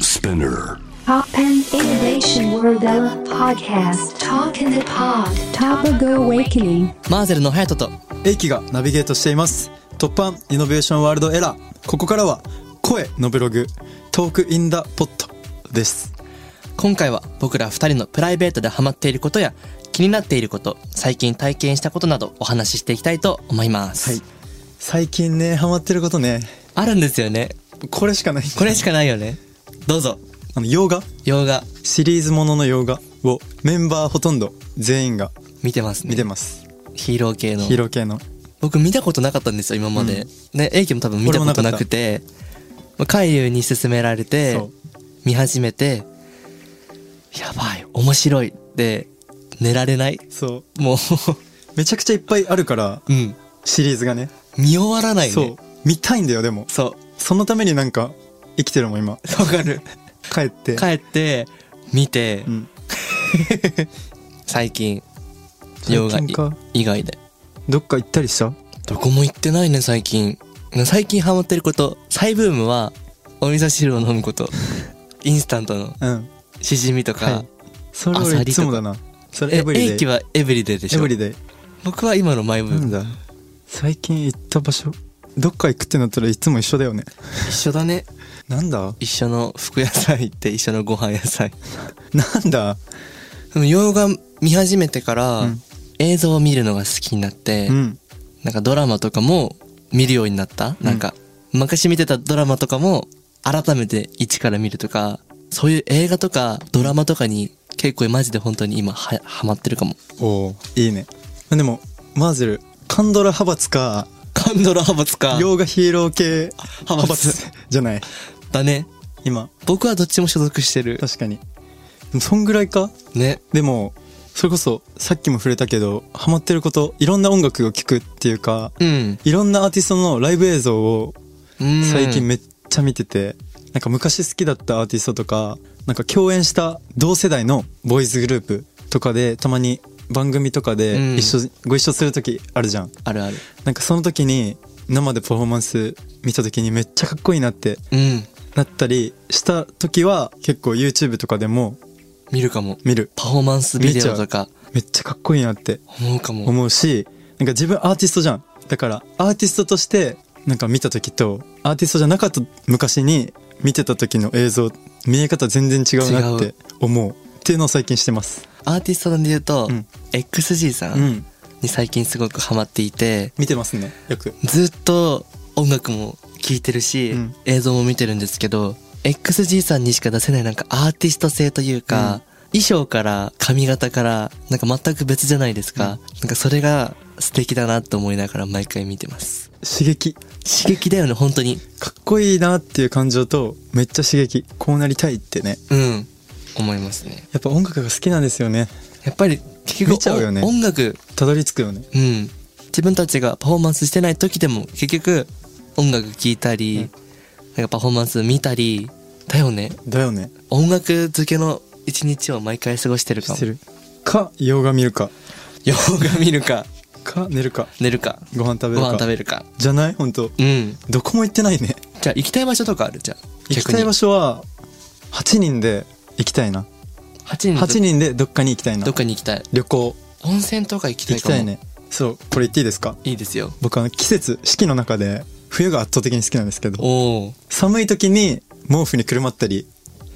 Spinner. Poppin Innovation Wordella Podcast Talking the Pod Topical Awakening マーゼルのハヤトと英気がナビゲートしています突破イノベーションワールドエラーここからは声のブログトークインダポットです今回は僕ら二人のプライベートでハマっていることや気になっていること最近体験したことなどお話ししていきたいと思います、はい最近ねハマってることねあるんですよねこれしかないこれしかないよねどうぞあの洋画洋画シリーズものの洋画をメンバーほとんど全員が見てますね見てます、ヒーロー系のヒーロー系の僕見たことなかったんですよ今まで、ね英気も多分見たことなくてまあ海流に勧められてそう見始めてやばい面白いで寝られないそうもう めちゃくちゃいっぱいあるからうんシリーズがね見終わらないねそう見たいんだよでもそそのためになんか生きてるもん今うわかる帰って帰って見て、うん 最近洋画最近か以外でどっか行ったりしたどこも行ってないね最近最近ハマってること再ブームはお味噌汁を飲むこと インスタントのうんしじみとか、はいそれアサ俺いリつとかもだなそれえエブリ英デ気イはエブリデイでしエょブリデイ僕は今のマイブなーんムだ最近行った場所どっか行くってなったらいつも一緒だよね一緒だねなんだ一緒の服屋さん行って一緒のご飯屋さんなんだでも洋画見始めてから、うん映像を見るのが好きになって、うんなんかドラマとかも見るようになった、うんなんか昔見てたドラマとかも改めて一から見るとかそういう映画とかドラマとかに結構マジで本当に今はハマってるかもおおいいねでもマーゼルカンドラ派閥かカンドラ派閥か洋画ヒーロー系派派閥閥 じゃないだね今僕はどっちも所属してる確かにでもそんぐらいかねでもそれこそさっきも触れたけどハマってることいろんな音楽を聴くっていうかうんいろんなアーティストのライブ映像をうん最近めっちゃ見てて、なんか昔好きだったアーティストとかなんか共演した同世代のボーイズグループとかでたまに番組とかうんで一緒、ご一緒する時あるじゃんあるあるなんかその時に生でパフォーマンス見た時にめっちゃかっこいいなってうんなったりした時は結構 YouTube とかでも見るかも見るパフォーマンスビデオとかめっちゃかっこいいなって思うかも思うしなんか自分アーティストじゃんだからアーティストとしてなんか見た時とアーティストじゃなかった昔に見てた時の映像見え方全然違うなっ違うて思うっていうのを最近してますアーティストで言うと、うん XG さうんんに最近すごくハマっていて、見てますねよくずっと音楽も聴いてるし、うん映像も見てるんですけど XG さんにしか出せないなんかアーティスト性というか、衣装から髪型からなんか全く別じゃないですか、なんかそれが素敵だなと思いながら毎回見てます刺激刺激だよね本当にかっこいいなっていう感情とめっちゃ刺激こうなりたいってねうん思いますねやっぱ音楽が好きなんですよねやっぱり結局見ちゃうよねお音楽たどり着くよねうん自分たちがパフォーマンスしてない時でも結局音楽聴いたり、なんかパフォーマンス見たりだよねだよね音楽漬けの一日を毎回過ごしてるかもしてるか洋画見るか洋画見る かか寝るか寝るかご飯食べごるか飯食べるかじゃない本当うんどこも行ってないねじゃあ行きたい場所とかあるじゃん行きたい場所所は8人で行きたいな8人8人でどっかに行きたいなどっかに行きたい旅行温泉とか行きた行いきかもたいねそうこれ言っていいですかいいですよ僕あの季節四季の中で冬が圧倒的に好きなんですけどおお寒い時に毛布にくるまったり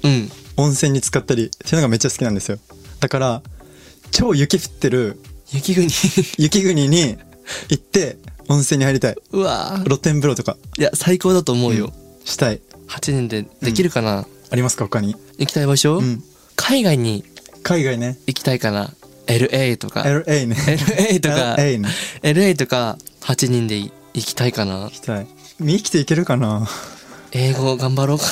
うん温泉に浸かったりっていうのがめっちゃ好きなんですよだから超雪降ってる雪国 雪国に行って温泉に入りたいうわー露天風呂とかいや最高だと思うよ、したい八8人でできるかな、ありますか他に行きたい場所、うん海外に海外ね行きたいかな LA とか LA ね LA とか LA ね LA とか8人で行きたいかな行きたい生きていけるかな 英語頑張ろうか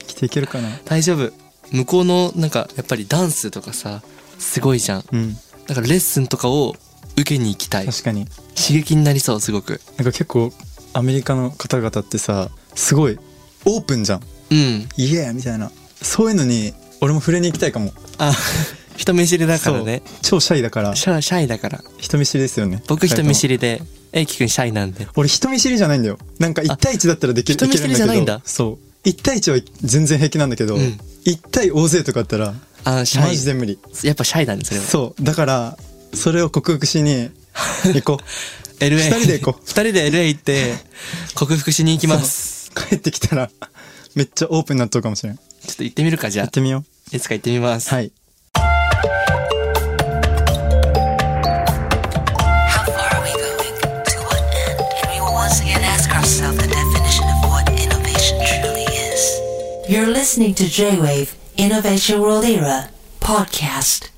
生きていけるかな大丈夫向こうのなんかやっぱりダンスとかさすごいじゃんうんだからレッスンとかを受けに行きたい刺確かに激になりそうすごくなんか結構アメリカの方々ってさすごいオープンじゃんうんイエーみたいなそういうのに俺も触れに行きたいかもあ 人見知りだからねそう超シャイだからシャシャイだから人見知りですよね僕人見知りりでえいきくんシャイなんで俺人見知りじゃないんだよなんか1対1だったらできる人見知りけるじゃないんだそう1対1は全然平気なんだけど、うん一対大勢とかあったらあシャイマジで無理やっぱシャイだねそれはそうだからそれを克服しに 行こう LA 二人で行こう二人で LA 行 って克服しに行きます帰ってきたらめっちゃオープンになっとるかもしれん行ちょっと行ってみるかじゃっあてみよいつか行ってみますうはい How far are we going? To what end? And we will once again ask ourselves the definition of what innovation truly is. You're listening to J Wave Innovation World Era Podcast.